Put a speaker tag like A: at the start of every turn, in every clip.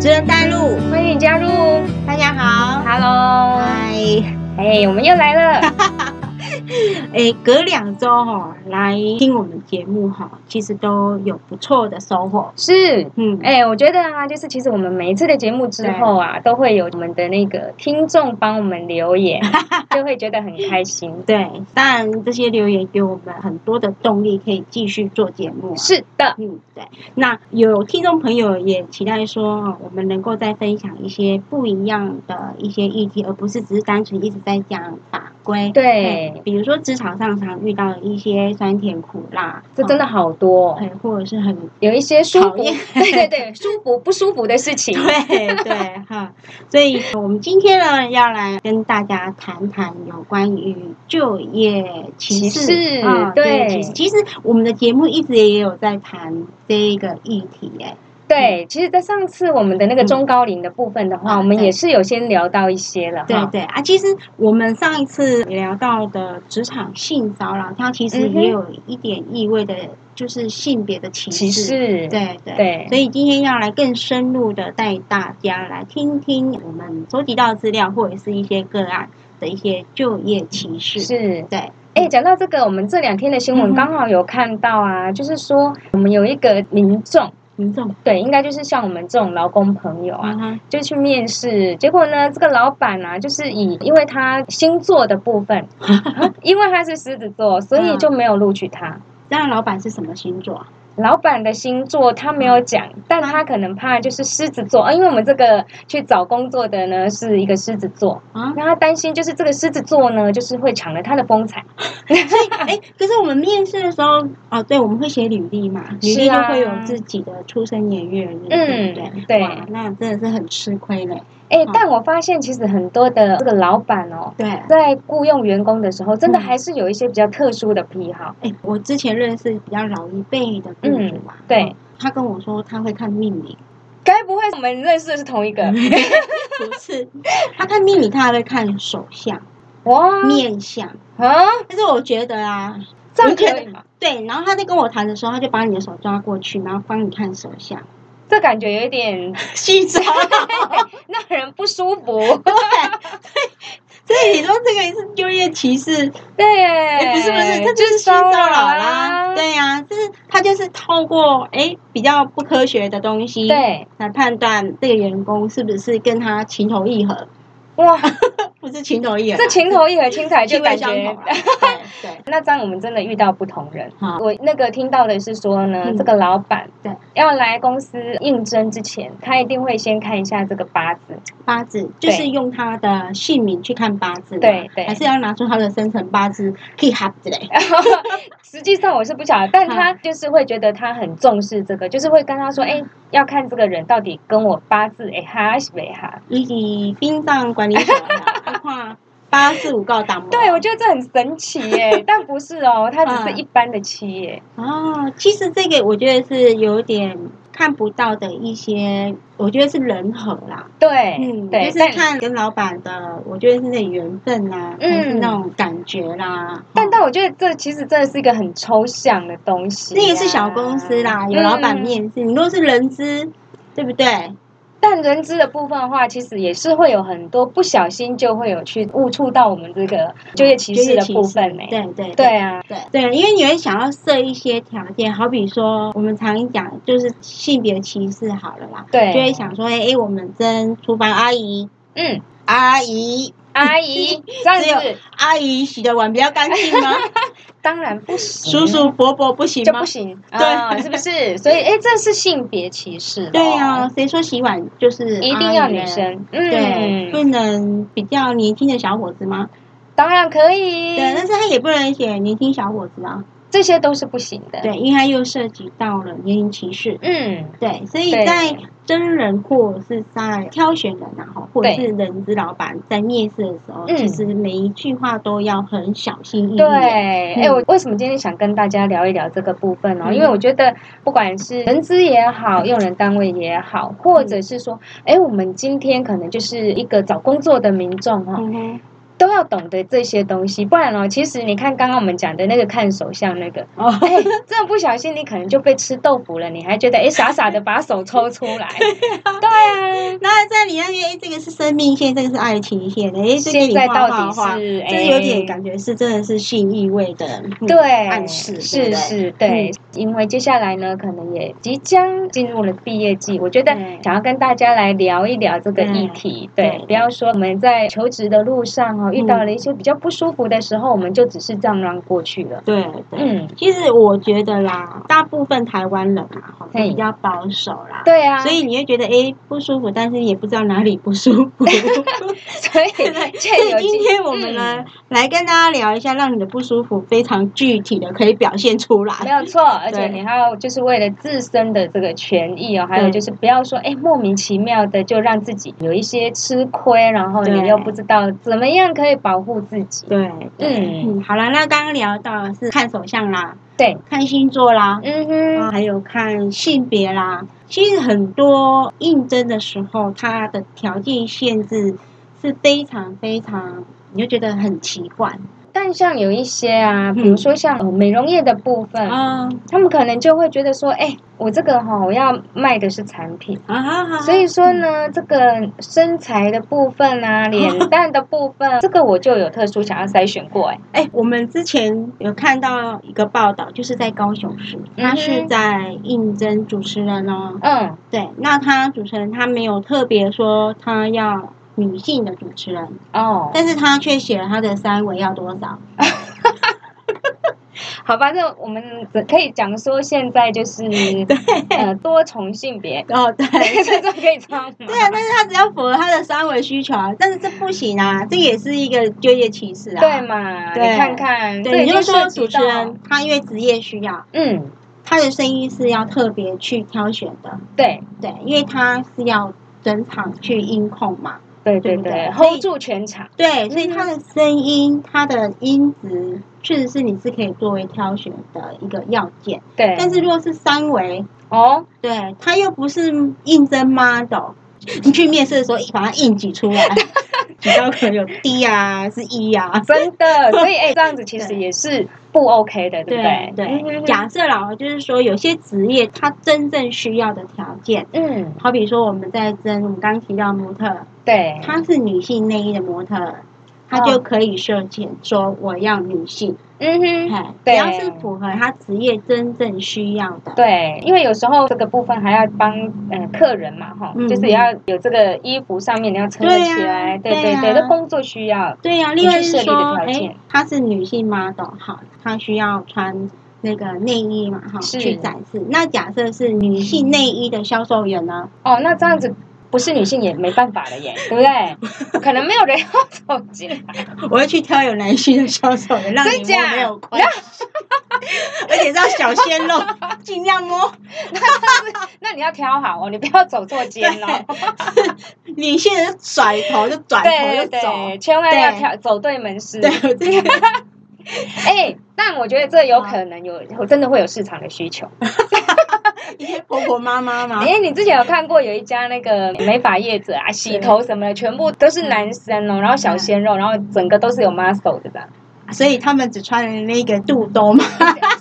A: 职人带路，
B: 欢迎加入
A: 大家好，
B: ，Hello，
A: 嗨，
B: 哎，我们又来了，
A: 哎，隔两周哈、哦、来听我们节目哈、其实都有不错的收获，
B: 是。
A: 嗯，
B: 哎、我觉得啊，就是其实我们每一次的节目之后啊，都会有我们的那个听众帮我们留 言，就会觉得很开心。
A: 对，当然这些留言给我们很多的动力，可以继续做节目、啊。
B: 是的，
A: 嗯，对。那有听众朋友也期待说，我们能够再分享一些不一样的一些议题，而不是只是单纯一直在讲法规。
B: 对
A: 嗯比如说职场上常遇到的一些酸甜苦辣，
B: 这真的好多哦、
A: 嗯，嗯或者是很
B: 有一些舒服
A: 讨厌，
B: 对对对，舒服不舒服的事情。
A: 对对哈。所以我们今天呢，要来跟大家谈谈有关于就业歧视。
B: 歧视
A: 啊就业歧
B: 对
A: 视其实我们的节目一直也有在谈这个议题、哎。
B: 对，其实，在上次我们的那个中高龄的部分的话，
A: 嗯
B: 我们
A: 对
B: 也是有先聊到一些了
A: 对
B: 哈。
A: 对啊，其实我们上一次聊到的职场性骚扰，它其实
B: 嗯哼
A: 也有一点意味的，就是性别的歧视。
B: 歧视，
A: 对对
B: 对
A: 所以今天要来更深入的带大家来听听我们收集到的资料或者是一些个案的一些就业歧视。，
B: 是。
A: 对，
B: 哎，讲到这个，我们这两天的新
A: 嗯
B: 闻
A: 哼
B: 刚好有看到啊，就是说我们有一个民众，
A: 民众
B: 对，应该就是像我们这种劳工朋友啊，
A: 啊，
B: 就去面试，结果呢，这个老板啊，就是以因为他星座的 部分，因为他是狮子座，所以
A: 嗯
B: 就没有录取他。
A: 当然老板是什么星座啊？
B: 老板的星座他没有讲，
A: 嗯
B: 但他可能怕就是狮子座啊，因为我们这个去找工作的呢是一个狮子座，
A: 啊，
B: 那他担心就是这个狮子座呢，就是会抢了他的风采。
A: 哎，可是我们面试的时候，哦，对，我们会写履历嘛，履
B: 是
A: 历就
B: 啊
A: 会有自己的出生年月日，对不对？
B: 嗯对
A: 哇，那真的是很吃亏嘞。
B: 哎、
A: 嗯
B: 但我发现其实很多的这个老板哦，
A: 对，哎、
B: 在雇佣员工的时候，真的
A: 嗯
B: 还是有一些比较特殊的癖好。
A: 哎我之前认识比较老一辈的雇主啊，
B: 嗯对
A: 哦，他跟我说他会看命理，
B: 该不会我们认识的是同一 个？
A: 嗯不是，他看命理他还会看手相、
B: 哇
A: 面相，
B: 啊，
A: 但是我觉得啊。
B: 这
A: 我
B: 样
A: 觉
B: 可
A: 得
B: 以吗？
A: 对，然后他在跟我谈的时候，他就把你的手抓过去，然后帮你看手相，
B: 这感觉有一 点
A: 性骚扰。
B: 让人不舒 服。
A: 所以你说这个是就业歧视，
B: 对，
A: 哎，不是不是，这就是性骚扰啦。对呀、就是他就是透过哎比较不科学的东西，，
B: 对，
A: 来判断这个员工是不是跟他情投意合，
B: 哇，
A: 不是情投意合，
B: 这情投意合，听起来就
A: 气味
B: 感
A: 相投
B: 觉
A: 啦。。对对，
B: 那这样我们真的遇到不同人。
A: 好，
B: 我那个听到的是说呢，
A: 嗯
B: 这个老板
A: 对
B: 要来公司应征之前，他一定会先看一下这个八字。
A: 八字就是用他的姓名去看八字嘛，
B: 对对
A: 还是要拿出他的生辰八字去哈之类。
B: 实际上我是不晓得，但他就是会觉得他很重视这个，就是会跟他说，哎、要看这个人到底跟我八字哎哈是没哈。
A: 以及殡葬管理所啦，看八四五告档。
B: 对，我觉得这很神 奇耶，但不是哦，他只是一般的七耶。
A: 哦，其实这个我觉得是有点看不到的一些，我觉得是人和啦，
B: 对，
A: 嗯，
B: 对，
A: 就是
B: 但
A: 看跟老板的，我觉得是那缘分啦，
B: 嗯
A: 还是那种感觉啦。
B: 但
A: 哦
B: 但我觉得这其实真的是一个很抽象的东西、
A: 那个是小公司啦，有老板、面试，你如果是人资，对不对？
B: 嗯但人资的部分的话，其实也是会有很多不小心就会有去误触到我们这个就业歧视的部分呢、
A: 对对
B: 对啊，
A: 对对，因为你会想要设一些条件，好比说我们常讲就是性别歧视好了啦，
B: 对，
A: 就会想说，哎、哎，我们跟厨房阿姨、
B: 嗯，
A: 阿姨、
B: 阿姨这样
A: 只有
B: 子
A: 阿姨洗的碗比较干净 吗？
B: 当然不行，
A: 叔叔伯伯不行
B: 就
A: 吗
B: 不？行，
A: 对
B: 啊，是不是？所以哎、这是性别歧视、
A: 对呀、，谁说洗碗就是
B: 一定要
A: 阿姨啊
B: 女
A: 嘞？
B: 生，
A: 对，
B: 嗯，
A: 不能比较年轻的小伙子吗？
B: 当然可以
A: 对，，但是他也不能写年轻小伙子啊。
B: 这些都是不行的。，
A: 对，因为他又涉及到了年龄歧视。
B: 嗯，
A: 对，所以
B: 对
A: 在真人或者是在挑选人然后或者
B: 对
A: 是人资老板在面试的时候，
B: 嗯
A: 其实每一句话都要很小心翼翼。
B: 对，哎、
A: 啊嗯
B: 我为什么今天想跟大家聊一聊这个部分哦？
A: 嗯
B: 因为我觉得，不管是人资也好，用人单位也
A: 嗯
B: 好，或者是说，哎、我们今天可能就是一个找工作的民众哈、哦，
A: 嗯哼，
B: 都要懂得这些东西，不然哦，其实你看刚刚我们讲的那个看手相那个，
A: 哦，
B: 哎，真的不小心你可能就被吃豆腐了，你还觉得哎傻傻的把手抽 出来，对啊，
A: 然后在你那边，哎，这个是生命线，这个是爱情线，哎，这给
B: 现
A: 你
B: 在
A: 画
B: 到
A: 画
B: 底
A: 画，
B: 是
A: 这有
B: 哎
A: 点感觉是真的是性意味的嗯
B: 对，
A: 暗示，对嗯
B: 是
A: 不对
B: 是，对，因为接下来呢，可能也即将进入了毕业季，我觉得
A: 对
B: 想要跟大家来聊一聊这个议题，
A: 对
B: 对
A: 对，
B: 不要说我们在求职的路上哦，遇到了一些比较不舒服的时候，我们就只是这样让过去了，
A: 对对。
B: 嗯，
A: 其实我觉得啦，大部分台湾人啊，好像
B: 嘿
A: 比较保守啦，
B: 对啊，
A: 所以你会觉得哎不舒服，但是也不知道哪里不舒 服。
B: 所以
A: 所
B: 这有
A: 以今天我
B: 嗯
A: 们呢，来跟大家聊一下，让你的不舒服非常具体的可以表现出
B: 没
A: 来。
B: 有错，而
A: 对
B: 且你还要就是为了自身的这个权益哦，还有
A: 对
B: 就是不要说哎莫名其妙的就让自己有一些吃亏，然后你
A: 对
B: 又不知道怎么样可以保护自己。
A: 对，对
B: 嗯
A: 嗯，好了，那刚刚聊到的是看手相啦，
B: 对，
A: 看星座啦，
B: 嗯哼，
A: 啊还有看性别啦。其实很多应征的时候，它的条件限制是非常非常，你就觉得很奇怪
B: 但像有一些啊，比如说像呃美容业的部分，
A: 嗯啊
B: 他们可能就会觉得说，哎，我这个哈、我要卖的是产品。
A: 啊！
B: 所以说呢，这个身材的部分啊，脸蛋的部 分，这个我就有特殊想要筛选过哎、
A: 哎、我们之前有看到一个报道，就是在高雄市，他
B: 嗯
A: 是
B: 哼
A: 在应征主持人哦。
B: 嗯，
A: 对，那他主持人他没有特别说他要女性的主持人，
B: 哦，
A: 但是他却写了他的三围要多少。，
B: 好吧，那我们只可以讲说现在就是呃多重性别
A: 哦， 对。
B: 这种可以这样吗？
A: 对啊，但是他只要符合他的三维需求啊，但是这不行啊，这也是一个就业歧视啊。
B: 对嘛，
A: 对
B: 你看看，这
A: 对，
B: 已
A: 你就
B: 经
A: 说
B: 涉
A: 主
B: 及
A: 持
B: 到，
A: 人他因为职业需要，
B: 嗯，
A: 他的声音是要特别去挑选的，
B: 对
A: 对，因为他是要整场去音控嘛，
B: 对
A: 对
B: 对
A: 不
B: 对
A: 对所以
B: ，hold 住全场，
A: 对，所以他
B: 嗯
A: 的声音、他的音质，确实是你是可以作为挑选的一个要件。
B: 对，
A: 但是如果是三维，
B: 哦，
A: 对，他又不是应征 model，你去面试的时候把它硬挤出来，挤到可能有 D 啊，是 E 啊。
B: 真 的，所以哎，这样子其实
A: 对
B: 也是不 OK 的，对不
A: 对
B: 对
A: 对，，
B: 嗯
A: 假设啦，就是说有些职业它真正需要的条件，
B: 嗯，
A: 好比说我们在争，我们刚提到模特，
B: 对，
A: 她是女性内衣的模特，她
B: 哦
A: 就可以设计说我要女性。
B: 嗯哼，
A: 嘿只
B: 对
A: 要是符合他职业真正需要的，
B: 对，因为有时候这个部分还要帮呃客人嘛，哈，
A: 嗯
B: 就是也要有这个衣服上面你要撑得
A: 对呀
B: 起来，对
A: 对啊
B: 对
A: 呀
B: 对，这工作需要，
A: 对呀、另外
B: 去
A: 是
B: 设立的
A: 说，
B: 条
A: 哎
B: 件，
A: 她是女性 model，好，她需要穿那个内衣嘛，哈，
B: 是
A: 去展示。那假设是女性内衣的销售员呢？
B: 哦，那这样子不是女性也没办法了耶，对不对？可能没有人要走进来，
A: 我会去挑有男性的销售员，让你
B: 真
A: 摸
B: 假
A: 没 有关系，而且是要小鲜肉，尽量摸。
B: 那你要挑好哦，你不要走错间哦。
A: 女性人甩头就转头
B: 对对
A: 就走
B: 对，，千万要
A: 对
B: 挑走对门市。
A: 对，我这个
B: 哎、但我觉得这有可能有，我真的会有市场的需求。
A: 一些婆婆妈妈嘛
B: 哎、，你之前有看过有一家那个美发业者啊，洗头什么的，全部都是男生哦，然后小鲜
A: 嗯
B: 肉，然后整个都是有 muscle 的这样，
A: 所以他们只穿了那个肚兜嘛。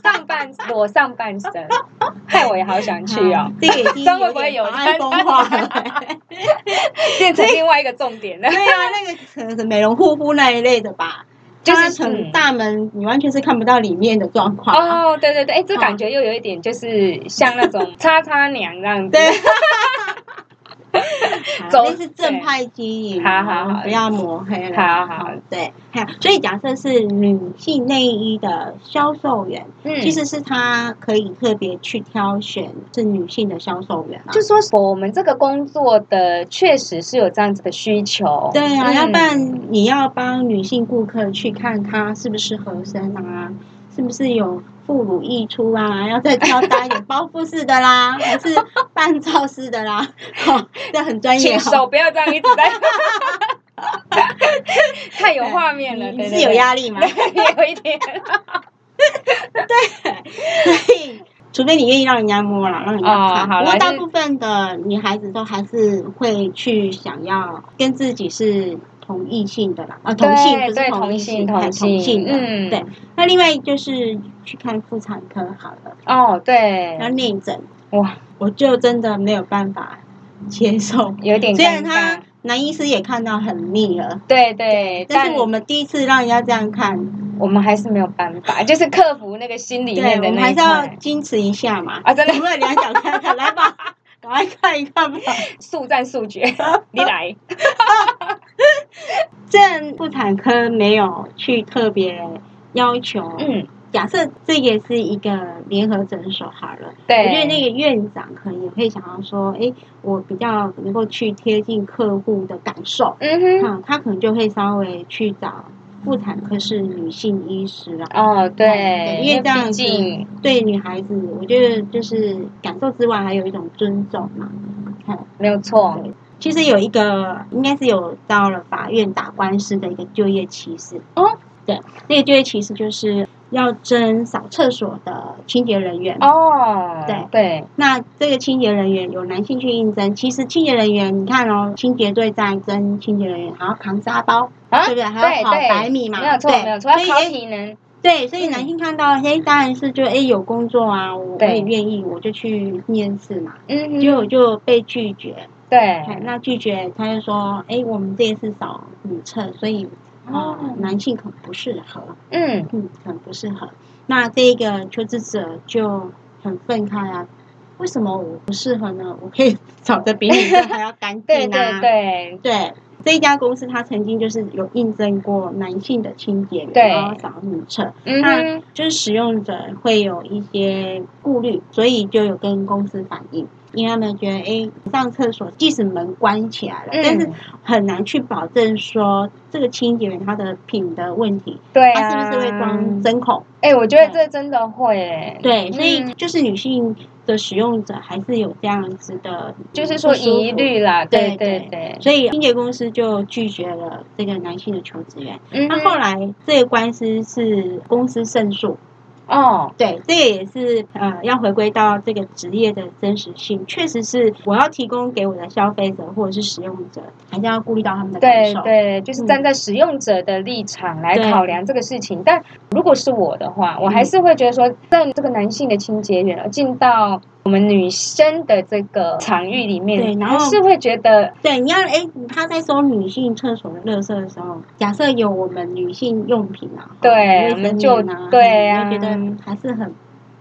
B: 上半裸上半身，害我也好想去哦，
A: 嗯这个已经
B: 这会不会有
A: 点妨碍风化了？
B: 变成另外一个重点 了。
A: 对啊，那个可能是美容护肤那一类的吧，
B: 就是
A: 从
B: 嗯
A: 大门你完全是看不到里面的状况。
B: 哦，对对对，哎，这
A: 啊
B: 感觉又有一点就是像那种叉叉娘这样子。
A: 对，
B: 走
A: 啊那是正派经营，啊
B: 好好好
A: 不要抹黑了。
B: 好好好，
A: 对，还有所以假设是女性内衣的销售员，
B: 嗯，
A: 其实是她可以特别去挑选是女性的销售员啊。
B: 就说我们这个工作的确实是有这样子的需求。
A: 对啊，
B: 嗯
A: 要不然你要帮女性顾客去看她是不是合身啊，是不是有副乳溢出啊，要再挑搭一点包覆式的啦， 还是半罩式的啦，好、这很专业哦
B: 请
A: 哈、
B: 手不要这样一直 在，太有画面了，
A: 你你
B: 对
A: 嗯是有，压力吗？
B: 对对 有一 点。
A: 所 以除非你愿意让人家摸啦，让人家
B: 哦
A: 看。
B: 好
A: 不过
B: 啦
A: 大
B: 就是
A: 部分的女孩子都还是会去想要跟自己是同异性的啦，啊，
B: 对
A: 同性不是
B: 对
A: 同异
B: 同
A: 性，
B: 性
A: 哎同
B: 性
A: 性的，
B: 嗯
A: 对。那另外就是去看妇产科好了，
B: 哦对，
A: 要内诊，
B: 哇
A: 我就真的没有办法接受。
B: 有点
A: 虽然
B: 尴
A: 他
B: 尬，
A: 男医师也看到很腻了，
B: 对对，
A: 但是我们第一次让人家这样看，
B: 我们还是没有办法，就是克服那个心里
A: 对，
B: 面
A: 我
B: 的
A: 们
B: 那
A: 还
B: 一
A: 是要
B: 块，
A: 矜持一下嘛。
B: 啊真的
A: 我们两脚开开，来吧， 赶快看一看吧。
B: 速战速 决，你来，
A: 这妇产科没有去特别要求，
B: 嗯，
A: 假设这也是一个联合诊所好了，我
B: 对，
A: 觉得那个院长可能也会想要说，哎，我比较能够去贴近客户的感受，
B: 嗯哼，
A: 嗯，他可能就会稍微去找妇产科是女性医师啦。
B: 哦
A: 对
B: 对，
A: 因为这样
B: 毕
A: 子
B: 竟
A: 对女孩子，我觉得就是感受之外，还有一种尊重嘛。嗯
B: 没有错，
A: 其实有一个应该是有到了法院打官司的一个就业歧视
B: 哦，
A: 对，那个就业歧视就是要征扫厕所的清洁人员。
B: 哦，
A: 对
B: 对，
A: 那这个清洁人员有男性去应征，其实清洁人员你看哦，清洁队在征清洁人员，还要扛沙包，
B: 啊，
A: 对不
B: 对
A: 对？还要跑百米嘛，
B: 没有错，
A: 对
B: 没有错，要
A: 所以
B: 考
A: 也
B: 体能，
A: 对，
B: 嗯
A: 所以男性看到，嘿，当然是就哎有工作啊，我我
B: 对
A: 也愿意，我就去面试嘛，
B: 嗯哼，
A: 结果就被拒绝。
B: 对，
A: 哎那拒绝他就说，哎，我们这一次扫女厕，所以啊、呃
B: 哦
A: 男性可能不适合，
B: 嗯，
A: 嗯，可能不适合。那这一个求职者就很愤慨啊，为什么我不适合呢？我可以扫的比你这还要干净
B: 对
A: 啊！
B: 对对，
A: 对，这一家公司它曾经就是有应征过男性的清洁员，
B: 对
A: 然后扫女厕，
B: 嗯
A: 那
B: 哼，
A: 就是使用者会有一些顾虑，所以就有跟公司反映，因为他们觉得，哎，上厕所即使门关起来了，但是
B: 嗯，
A: 很难去保证说这个清洁员他的品德问题，
B: 对
A: 他
B: 啊，
A: 是不是会装？针孔？
B: 哎，我觉得这真的会，哎，
A: 对，所以
B: 嗯
A: 就是女性的使用者还是有这样子的，
B: 就是说疑。虑啦，
A: 对
B: 对
A: 对
B: 对，
A: 所以清洁公司就拒绝了这个男性的求职员。
B: 嗯
A: 那
B: 哼，
A: 后来这个官司是公司胜诉，
B: 哦，
A: 对，这个也是呃，要回归到这个职业的真实性，确实是我要提供给我的消费者或者是使用者，还是要顾虑到他们的感
B: 对
A: 受。
B: 对，就是
A: 嗯
B: 站在使用者的立场来
A: 对嗯
B: 考量这个事情。但如果是我的话，我还是会觉得说，在这个男性的清洁员进到我们女生的这个场域里
A: 对
B: 面，
A: 然
B: 还
A: 后
B: 是会觉得
A: 对你要哎，他在收女性厕所的垃圾的时候，假设有我们女性用品啊，
B: 对
A: 卫
B: 我们
A: 生
B: 就
A: 棉啊，
B: 对
A: 啊，
B: 啊
A: 你会觉得还是很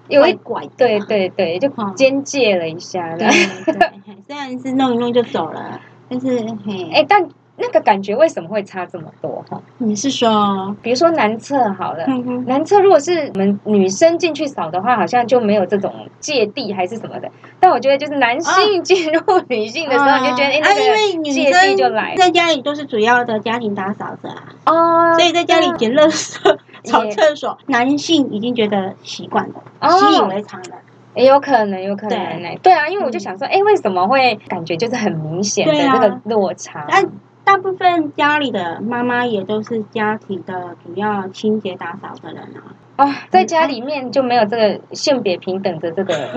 B: 有
A: 怪
B: 一
A: 怪的啊
B: 对对对，就
A: 嗯
B: 边界了一下。
A: 对对，嘿虽然是弄一弄就走了，但是嘿，
B: 哎，但那个感觉为什么会差这么多哈？
A: 你是说，
B: 比如说男厕好了。
A: 哼哼
B: 男厕如果是我们女生进去扫的话，好像就没有这种芥蒂还是什么的。但我觉得就是男性进入女性的时候，你就觉得哎、
A: 啊
B: 那
A: 因
B: 个
A: 为女
B: 芥蒂就来
A: 生在家里都是主要的家庭打扫者啊，
B: 哦，
A: 所以在家里捡垃圾、
B: 也
A: 扫厕所，啊男性已经觉得习惯了，
B: 哦
A: 习以为常了。
B: 也有可能，有可能呢、对啊，因为我就想说，哎、为什么会感觉就是很明显的
A: 对啊
B: 这个落差？
A: 但大部分家里的妈妈也都是家庭的主要清洁打扫的人啊。
B: 啊、在家里面就没有这个性别平等的这个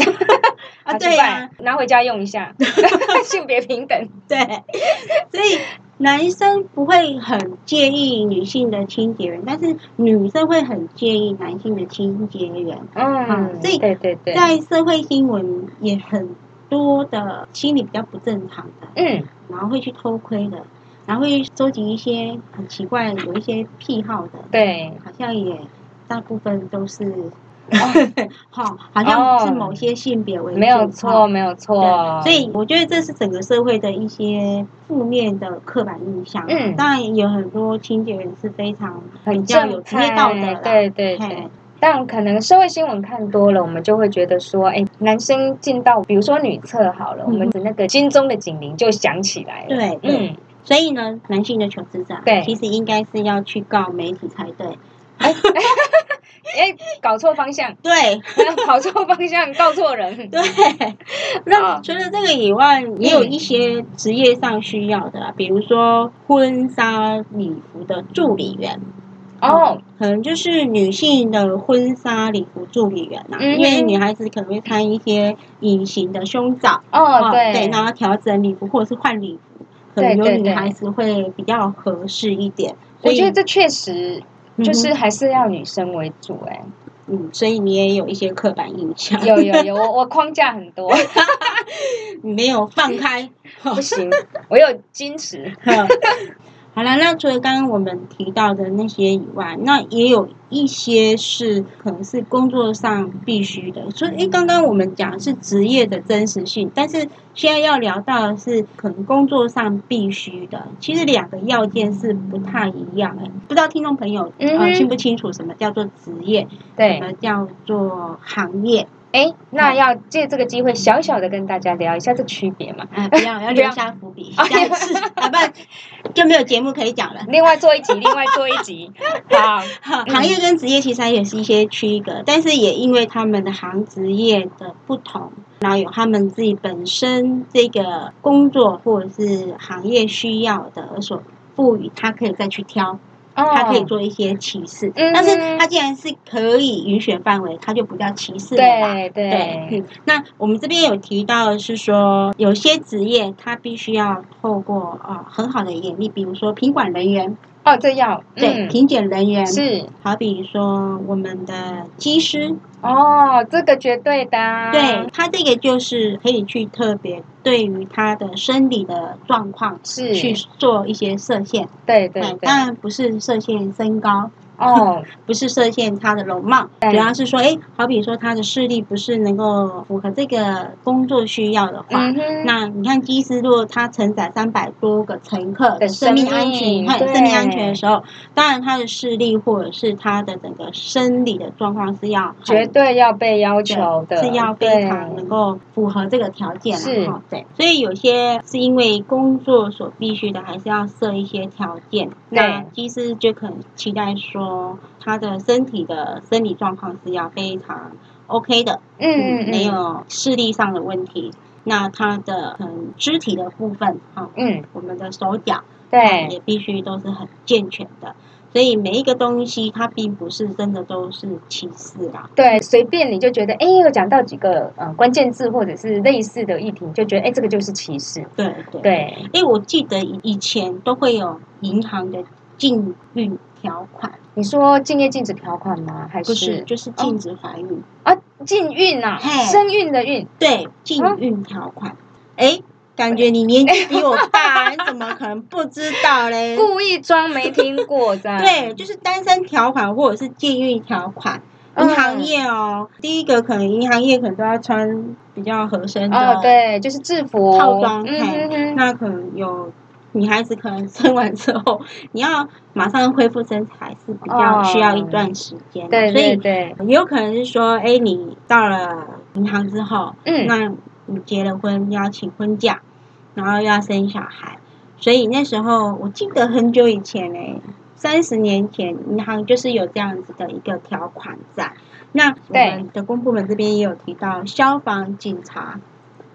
A: 啊，
B: 好
A: 对
B: 奇怪
A: 呀、
B: 拿回家用 一下，性别平等。
A: 对，所以男生不会很介意女性的清洁员，但是女生会很介意男性的清洁员。 嗯
B: 嗯，
A: 所以
B: 对对对，
A: 在社会新闻也很多的心理比较不正常的，
B: 嗯，
A: 然后会去偷窥的，然后会收集一些很奇怪、有一些癖好的，
B: 对，
A: 好像也大部分都是，
B: 哦
A: 哈、好像是
B: 哦
A: 某些性别为主，
B: 没有错，
A: 哈。
B: 没有
A: 对
B: 错，，
A: 所以我觉得这是整个社会的一些负面的刻板印象。
B: 嗯
A: 当然有很多清洁人是非常比
B: 很
A: 较有
B: 正
A: 职业道德
B: 派
A: 啦，
B: 对对
A: 嘿
B: 对。但可能社会新闻看多了，我们就会觉得说，哎，男生进到比如说女厕好了，我们的那个军中的警铃就响起来了。
A: 对对
B: 嗯，
A: 所以呢，男性的求职者
B: 对
A: 其实应该是要去告媒体才对。，
B: 哎，搞错方向
A: 对
B: 跑错方向，告错人。
A: 对，那
B: 哦
A: 除了这个以外，也
B: 嗯
A: 有一些职业上需要的啊、比如说婚纱礼服的助理员，
B: 哦，
A: 可能就是女性的婚纱礼服助理员呐、
B: 嗯哼
A: 因为女孩子可能会穿一些隐形的胸罩，
B: 哦，
A: 对，
B: 对，
A: 然后调整礼服或者是换礼服。可能
B: 对
A: 有
B: 对
A: 女
B: 对
A: 孩子会比较合适一点。所
B: 我觉
A: 以
B: 得这确实就
A: 嗯
B: 是
A: 哼
B: 还是要女生为主哎、
A: 嗯，所以你也有一些刻板印象，
B: 有有 有，我我框架很多，
A: 你没有放开。
B: 不行，我有矜持。
A: 好啦，那除了刚刚我们提到的那些以外，那也有一些是可能是工作上必须的。所以，诶，刚刚我们讲的是职业的真实性，但是现在要聊到的是可能工作上必须的。其实两个要件是不太一样的，不知道听众朋友
B: 嗯
A: 呃
B: 哼
A: 清不清楚什么叫做职业，什
B: 对，
A: 么叫做行业？
B: 哎，那要借这个机会小小的跟大家聊一下这区别嘛。
A: 啊、不要，要留下伏笔，下一 次，啊，不然就没有节目可以讲了。
B: 另外做一 集，另外做一集。好，嗯
A: 行业跟职业其实它也是一些区隔，但是也因为他们的行职业的不同，然后有他们自己本身这个工作或者是行业需要的而所赋予，他可以再去挑，他可以
B: 哦，
A: 做一些歧视。
B: 嗯
A: 但是他既然是可以允许范围，他就不叫歧视了啦。
B: 对
A: 对，
B: 对，
A: 嗯，那我们这边有提到的是说，有些职业它必须要透过呃很好的演绎，比如说品管人员，
B: 哦，这要
A: 对，
B: 嗯
A: 品检人员，
B: 是
A: 好比说我们的机师，
B: 哦，这个绝对的啊。
A: 对他这个就是可以去特别对于他的生理的状况
B: 是
A: 去做一些设限，
B: 对对
A: 哎
B: 对
A: 当然不是设限身高，
B: 哦，
A: 不是设限他的容貌，
B: 对
A: 主要是说，哎，好比说他的视力不是能够符合这个工作需要的话。
B: 嗯哼，
A: 那你看，机师如果他承载三百多个乘客的
B: 的
A: 生命
B: 生
A: 安全，
B: 命
A: 还有
B: 对
A: 生命安全的时候，当然他的视力或者是他的整个生理的状况是要很
B: 绝对要被要求的，
A: 是要非常能够符合这个条件
B: 是
A: 啦哈。对，所以有些是因为工作所必须的，还是要设一些条件。那技师就可能期待说，他的身体的生理状况是要非常 OK 的，
B: 对嗯嗯嗯，
A: 没有视力上的问题。那他的嗯肢体的部分啊，
B: 嗯，
A: 我们的手脚
B: 对，
A: 也必须都是很健全的。所以每一个东西，它并不是真的都是歧视啦。
B: 对，随便你就觉得，哎，有讲到几个呃关键字或者是类似的议题，你就觉得，哎，这个就是歧视。
A: 对对
B: 对，
A: 哎，我记得以以前都会有银行的禁孕条款，
B: 你说禁业禁止条款吗？还
A: 不是
B: 是
A: 就是禁止怀孕，
B: 啊禁孕啊
A: 嘿，
B: 生孕的孕？
A: 对，禁孕条款。
B: 啊
A: 哎、感觉你年纪比我 大，你怎么可能不知道嘞？
B: 故意装没听过这样。
A: 对，就是单身条款或者是禁孕条款。
B: 嗯
A: 银行业哦，第一个可能银行业可能都要穿比较合身的，
B: 哦，对，就是制服
A: 套装
B: 嗯
A: 嘿
B: 哼哼，
A: 那可能有女孩子可能生完之后，你要马上恢复身材是比较需要一段时间的，
B: 对
A: 所
B: 对
A: 以
B: 对，
A: 也有可能是说，哎，你到了银行之后，
B: 嗯，
A: 那你结了婚要请婚假，然后要生小孩，所以那时候我记得很久以前哎、三十年前银行就是有这样子的一个条款在。那我
B: 对
A: 们的公部门这边也有提到消防、警察，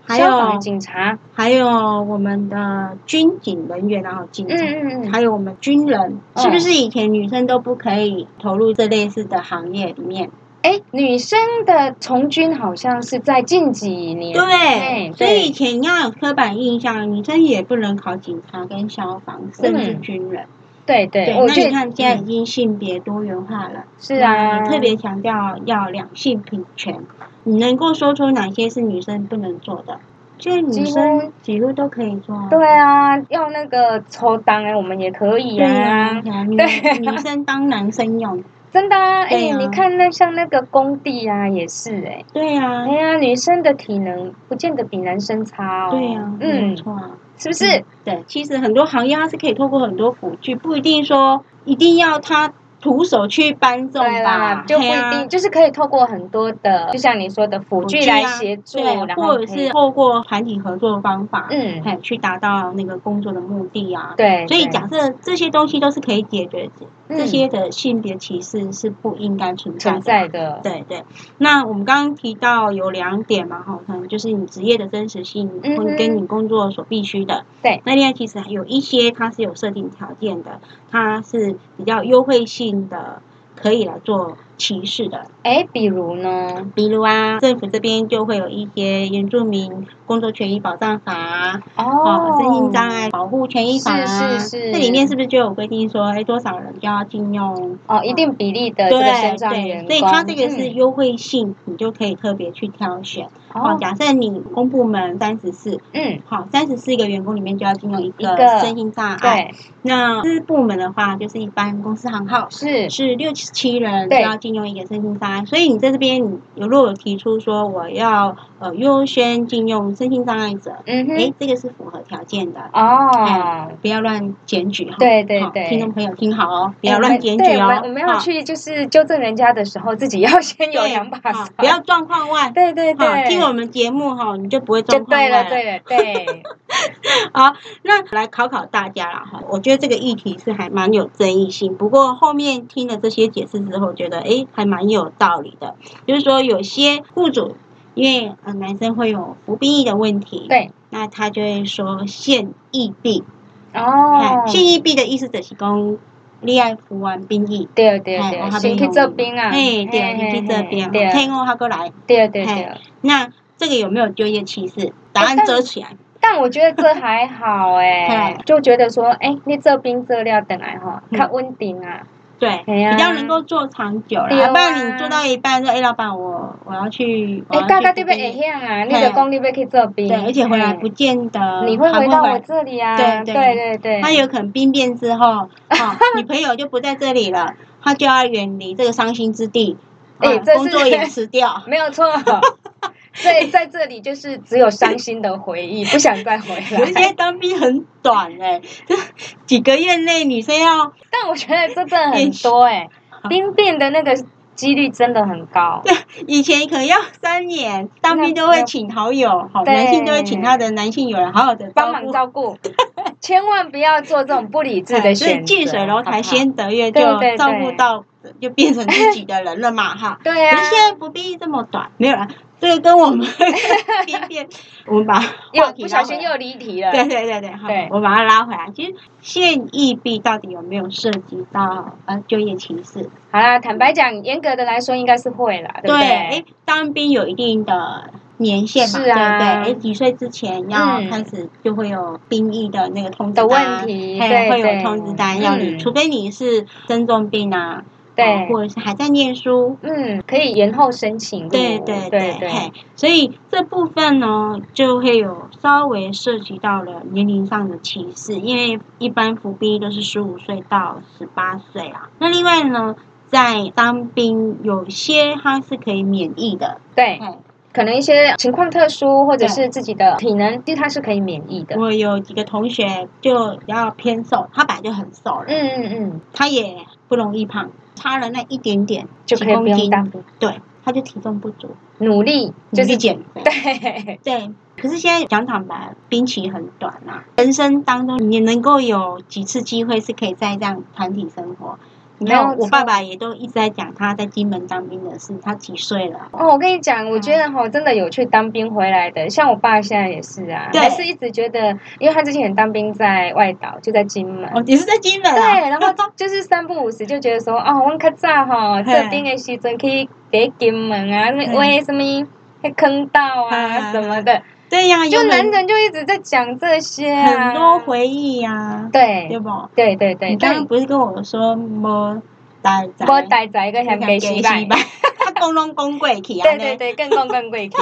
A: 还
B: 消防
A: 有
B: 与警察，
A: 还有我们的军警人员，然后警察，
B: 嗯嗯嗯，
A: 还有我们军人，
B: 嗯
A: 是不是以前女生都不可以投入这类似的行业里面？
B: 哎，女生的从军好像是在近几年，
A: 对，
B: 对
A: 所以以
B: 对
A: 前你要有刻板印象，女生也不能考警察跟消防，甚至军人。
B: 对嗯对，
A: 对，
B: 我
A: 那
B: 觉
A: 你
B: 得
A: 看现在已
B: 嗯
A: 经性别多元化了，
B: 是啊，
A: 那特别强调要两性平权。你能够说出哪些是女生不能做的？这女
B: 几
A: 生
B: 乎
A: 几乎都可以做啊。
B: 对啊，要那个抽档哎，我们也可以
A: 对呀、
B: 啊，
A: 对呀女
B: 对
A: 女生当男生用，
B: 真的啊，哎、
A: 对啊
B: 你看那像那个工地啊，也是哎、
A: 对啊呀、
B: 哎呀，女生的体能不见得比男生差哦，
A: 对呀、没有
B: 嗯，
A: 错啊，
B: 是不是
A: 嗯？对，其实很多行业它是可以透过很多辅具，不一定说一定要他徒手去搬重
B: 对啦
A: 吧，，
B: 就不一
A: 嘿啊
B: 定，就是可以透过很多的，就像你说的辅具来协助，啊
A: 啊对，
B: 然后
A: 或者
B: 可以
A: 是透过团体合作的方法，
B: 嗯，
A: 哎，去达到那个工作的目的啊。
B: 对，
A: 所以
B: 对
A: 假设这些东西都是可以解决的，这
B: 嗯
A: 些的性别歧视是不应该存在的。
B: 存在的，
A: 对对，那我们刚刚提到有两点嘛，哈，可能就是你职业的真实性，
B: 嗯
A: 或
B: 哼
A: 跟你工作所必须的。
B: 对
A: 那另外其实还有一些它是有设定条件的，它是比较优惠性的，可以来做歧视的。
B: 哎，比如呢？
A: 比如啊，政府这边就会有一些原住民工作权益保障法啊，哦，身心障碍保护权益法啊，
B: 是是是
A: 这里面是不是就有规定说，哎，多少人就要禁用？
B: 哦，一定比例的这个
A: 对
B: 身障员
A: 对，所
B: 工，
A: 以它这个是
B: 嗯
A: 优惠性，你就可以特别去挑选。哦，
B: 哦，
A: 假设你公部门三十四，
B: 嗯，
A: 好，三十四个员工里面就要禁用一
B: 一
A: 个
B: 个
A: 身心障碍。
B: 对，
A: 那私部门的话，就是一般公司行号，
B: 是
A: 是六七七人就
B: 对
A: 要禁用一个身心障碍，所以你在这边你有如果有提出说我要呃优先禁用身心障碍者，
B: 嗯
A: 诶，
B: 哼，
A: 这个是符合条件的，
B: 哦。
A: 不要乱检举哈。
B: 对对
A: 好
B: 对
A: 听众朋友听好哦，不
B: 哎
A: 要
B: 我
A: 乱
B: 们
A: 检
B: 对
A: 举
B: 我
A: 哦
B: 们，我们要
A: 好
B: 去就是纠正人家的时候，自己要先有
A: 对
B: 两把
A: 好
B: 刷。
A: 不要状况外。
B: 对对
A: 好，
B: 对，
A: 听我们节目哈，你就不会
B: 就
A: 状况
B: 对
A: 外
B: 了，对了， 对，
A: 好，那来考考大家啦哈，我觉得这个议题是还蛮有争议性，不过后面听了这些解释之后，觉得诶还蛮有道理的。就是说有些雇主，因为呃男生会有服兵役的问题，，
B: 对，
A: 那他就会说现役兵，
B: 哦
A: 哎，现役兵的意思就是讲你爱服完兵役。
B: 对对
A: 哎
B: 对，
A: 我还
B: 先
A: 没
B: 去
A: 有
B: 这边啊，
A: 哎，对，
B: 嘿
A: 你去这边，
B: 嘿嘿
A: 天后他过来。
B: 对对对对
A: 嘿。那这个有没有就业歧视？答案
B: 哎但
A: 遮起来。
B: 但我觉得这还好哎、
A: 嘿
B: 就觉得说，哎、你这边这料等来哈，
A: 嗯
B: 较稳定啊，
A: 对，
B: 嘿啊
A: 比较能够做长久啦。
B: 对啊
A: 不然你做到一半说，哎，老板，我我要去，我
B: 哎、
A: 要
B: 大家
A: 去这
B: 对不对
A: 边
B: 会晓啊？你的功力要去这边，
A: 对，而且回来
B: 嘿
A: 不呃见得
B: 你会
A: 还
B: 回到
A: 来
B: 我这里啊，
A: 对对哎
B: 对对对，
A: 他有可能兵变 之后，哈，女朋友就不在这里了，他就要远离这个伤心之地，啊
B: 哎这是
A: 工作也辞 掉。
B: 没 有错。在在这里就是只有伤心的回忆，不想再回
A: 有一
B: 来。
A: 些当兵很短哎、这 几个月内女生要
B: 但我觉得这真的很多哎、兵变的那个几率真的很高。
A: 以前可能要三年，当兵都会请好友，好
B: 对
A: 男性都会请他的男性友人好好的
B: 帮忙照顾， 千万不要做这种不理智的
A: 对，所以
B: 选择。
A: 近水楼台
B: 好不好
A: 先得月，就
B: 对对
A: 照顾
B: 对
A: 到就变成自己的人了嘛哈。
B: 对
A: 可
B: 啊
A: 是，现在不必这么短，没有啦，这个跟我们 偏偏我们把话
B: 又
A: 题
B: 不
A: 拉
B: 小
A: 回
B: 心
A: 来。
B: 又离题了。
A: 对对对对，好
B: 对，
A: 我把它拉回来。其实现役币到底有没有涉及到呃就业歧视？
B: 好啦，坦白讲，严格的来说应该是会啦，对不
A: 哎，当兵有一定的年限嘛，
B: 是啊
A: 对不对？哎，几岁之前要
B: 嗯
A: 开始就会有兵役的那个通知
B: 的
A: 单啊
B: 问题，
A: 嘿
B: 对
A: 哎会
B: 对，
A: 有通知单要你，
B: 嗯
A: 除非你是生重病啊，
B: 对
A: 啊，或者是还在念书，
B: 嗯，可以延后申请入。
A: 对对
B: 嗯对
A: 嘿，所以这部分呢就会有稍微涉及到了年龄上的歧视，因为一般服兵役都是十五岁到十八岁啊。那另外呢，在当兵有些它是可以免役的，
B: 对，
A: 嘿
B: 可能一些情况特殊，或者
A: 对
B: 是自己的体能，其实它是可以免疫的。
A: 我有几个同学就比较偏瘦，他本来就很瘦了，
B: 嗯嗯嗯，
A: 他也不容易胖，差了那一点点
B: 就
A: 几
B: 可以不
A: 公
B: 用
A: 斤，
B: 当兵，
A: 对，他就体重不足，
B: 努力
A: 努
B: 就
A: 力
B: 是
A: 减肥。
B: 对，
A: 对，可是现在讲坦白，兵期很短啊，人生当中你能够有几次机会是可以在这样团体生活？你
B: 没
A: 看
B: 有
A: 我
B: 错
A: 爸爸也都一直在讲他在金门当兵的事，他几岁了？
B: 哦，我跟你讲，
A: 嗯
B: 我觉得哈，真的有去当兵回来的，像我爸现在也是啊，
A: 对
B: 还是一直觉得，因为他之前当兵在外岛，就在金门。
A: 哦，你是在金门
B: 对，
A: 啊？
B: 然后就是三不五时就觉得说，哦，我较早吼，
A: 嘿
B: 这边的时阵去给金门啊，
A: 嗯
B: 那挖什么那坑道
A: 嗯嗯
B: 啊什么的，
A: 对呀、有
B: 就
A: 很
B: 男人就一直在讲这些啊，
A: 很多回忆呀、对
B: 对
A: 不？
B: 对对对，
A: 你刚刚
B: 但
A: 不是跟我说摸呆仔？
B: 我待在一个像北西吧，
A: 吧？ 他公拢公过去啊，
B: 对对对，更更 更贵气，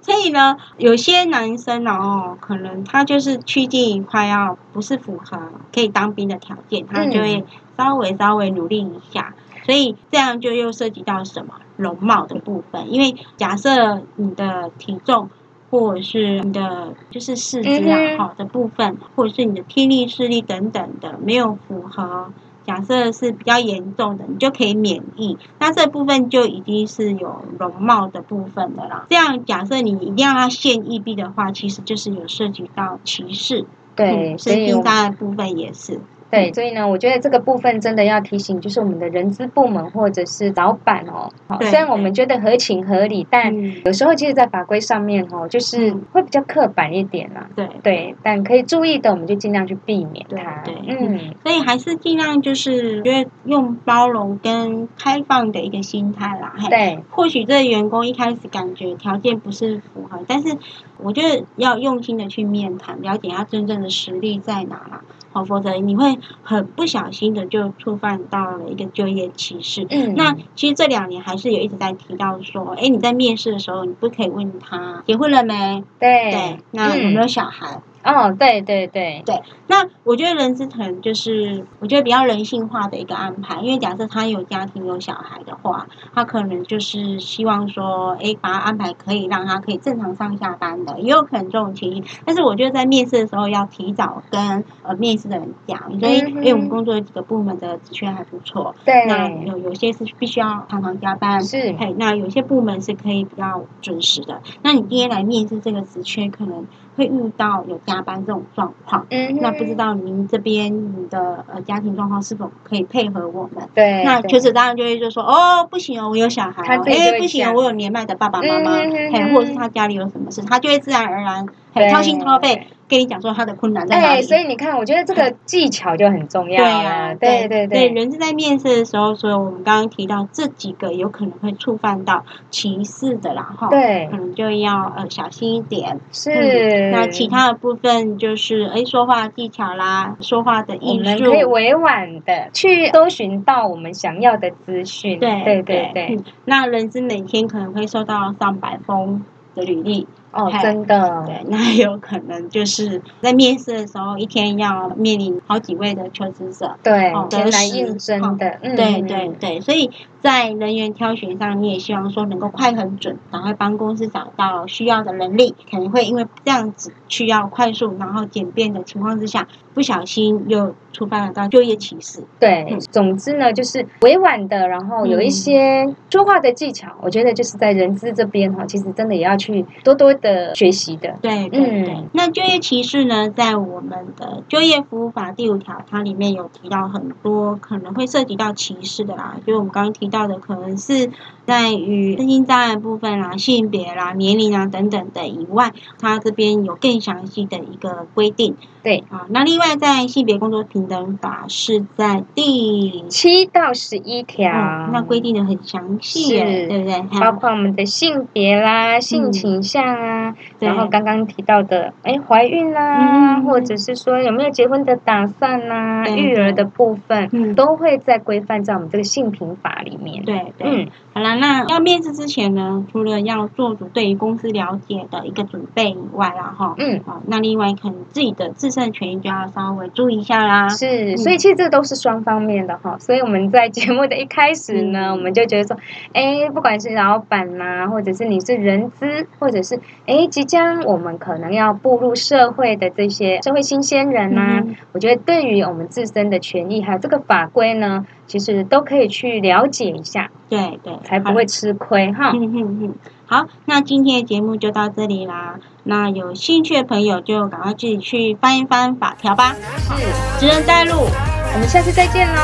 A: 所以呢，有些男生哦，可能他就是趋近快要不是符合可以当兵的条件，他就会稍微稍微努力一下。所以这样就又涉及到什么容貌的部分，因为假设你的体重。或者是你的就是四肢啊
B: 嗯哼
A: 好的部分，或者是你的听力、视力等等的没有符合，假设是比较严重的，你就可以免疫。那这部分就已经是有容貌的部分的啦。这样假设你一定要他现役币的话，其实就是有涉及到歧视，
B: 对，
A: 嗯
B: 所
A: 身
B: 以
A: 心
B: 我
A: 障碍部分也是。
B: 对，所以呢，我觉得这个部分真的要提醒，就是我们的人资部门或者是老板哦，好，
A: 对
B: 虽然我们觉得合情合理，但
A: 嗯，
B: 有时候其实，在法规上面哦，就是
A: 嗯
B: 会比较刻板一点啦。
A: 对。
B: 对，但可以注意的，我们就尽量去避免它。
A: 对对
B: 嗯，
A: 所以还是尽量就是，觉得用包容跟开放的一个心态啦。嘿，
B: 对，
A: 或许这员工一开始感觉条件不是符合，但是我觉得要用心的去面谈，了解他真正的实力在哪啦。好，否则你会很不小心的就触犯到了一个就业歧视。
B: 嗯，
A: 那其实这两年还是有一直在提到说，哎，你在面试的时候，你不可以问他结婚了没，
B: 对
A: 对，，那有
B: 嗯
A: 没有小孩，
B: 哦，对对对，
A: 那我觉得人资可能就是我觉得比较人性化的一个安排，因为假设他有家庭有小孩的话，他可能就是希望说，诶，把他安排可以让他可以正常上下班的，也有可能这种情形。但是我觉得在面试的时候要提早跟呃面试的人讲，所以
B: 嗯
A: 因
B: 哼
A: 为我们工作有几个部门的职缺还不错，那
B: 对，
A: 有有些是必须要常常加班，
B: 是，
A: 嘿，那有些部门是可以比较准时的。那你今天来面试这个职缺，可能会遇到有加班这种状况。
B: 嗯，
A: 那不知，道您这边你的呃家庭状况是否可以配合我们？
B: 对，
A: 那
B: 对
A: 求职当然就会就说哦，不行哦，我有小孩
B: 他
A: 哦，
B: 自己就
A: 哎、
B: 会
A: 不行哦，
B: 讲
A: 我有年迈的爸爸妈妈，
B: 嗯哼
A: 嘿，
B: 哼
A: 或者是他家里有什么事，他就会自然而然
B: 对
A: 很掏心掏肺跟你讲说他的困难在哪
B: 哎，
A: 里。
B: 所以你看，我觉得这个技巧就很重要
A: 对
B: 啦。
A: 啊，
B: 对对
A: 对，
B: 对，
A: 人是在面试的时候，所以我们刚刚提到这几个有可能会触犯到歧视的啦，哈，
B: 对
A: 可能就要呃小心一点。
B: 是。
A: 嗯那其他的部分就是哎说话技巧啦，说话的
B: 我
A: 艺
B: 们
A: 术，
B: 可以委婉的去搜寻到我们想要的资讯。
A: 对对
B: 对对对，
A: 嗯那人资每天可能会收到上百封的履历，
B: 哦，
A: 嘿
B: 真的，
A: 对，那有可能就是在面试的时候，一天要面临好几位的求职者。
B: 对
A: 哦，
B: 前
A: 得
B: 来
A: 时
B: 应征
A: 哦
B: 的，嗯，
A: 对
B: 嗯
A: 对，对，所以在人员挑选上，你也希望说能够快很准，赶快帮公司找到需要的人力，可能会因为这样子需要快速，然后简便的情况之下，不小心又触犯了到就业歧视。
B: 对
A: 嗯，
B: 总之呢，就是委婉的，然后有一
A: 嗯
B: 些说话的技巧，我觉得就是在人资这边哈，其实真的也要去多多的学习的。
A: 对对对，
B: 嗯
A: 那就业歧视呢，在我们的就业服务法第五条，它里面有提到很多可能会涉及到歧视的啦，就是我们刚刚提到的，可能是在于身心障碍部分啦、性别啦、年龄啊等等的以外，它这边有更详细的一个规定
B: 对，
A: 啊。那另外，在性别工作平等法是在第。
B: 七到十一条
A: 嗯，，那规定的很详细耶
B: 是，
A: 对不对？还有
B: 包括我们的性别啦、性倾向啊，
A: 对
B: 然后刚刚提到的，哎，怀孕啦、
A: 嗯
B: 或者是说有没有结婚的打算啦、
A: 对
B: 育儿的部分，
A: 嗯
B: 都会在规范在我们这个性平法里面。
A: 对对，
B: 嗯，
A: 好啦，那要面试之前呢，除了要做足对于公司了解的一个准备以外啦，哈，
B: 嗯，
A: 啊，那另外可能自己的自身权益就要稍微注意一下啦。
B: 是，
A: 嗯
B: 所以其实这都是双方面的哈。所以我们在节目的一开始呢，
A: 嗯
B: 我们就觉得说，哎，不管是老板呐、或者是你是人资，或者是哎，即将我们可能要步入社会的这些社会新鲜人呐、啊
A: 嗯
B: 我觉得对于我们自身的权益还有这个法规呢，其实都可以去了解一下，
A: 对对，
B: 才不
A: 好
B: 会吃亏哈。
A: 嗯哼哼，好，那今天的节目就到这里啦。那有兴趣的朋友就赶快自己去翻一翻法条吧。
B: 是，
A: 职人带路，
B: 我们下次再见喽，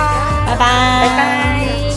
A: 拜拜，
B: 拜拜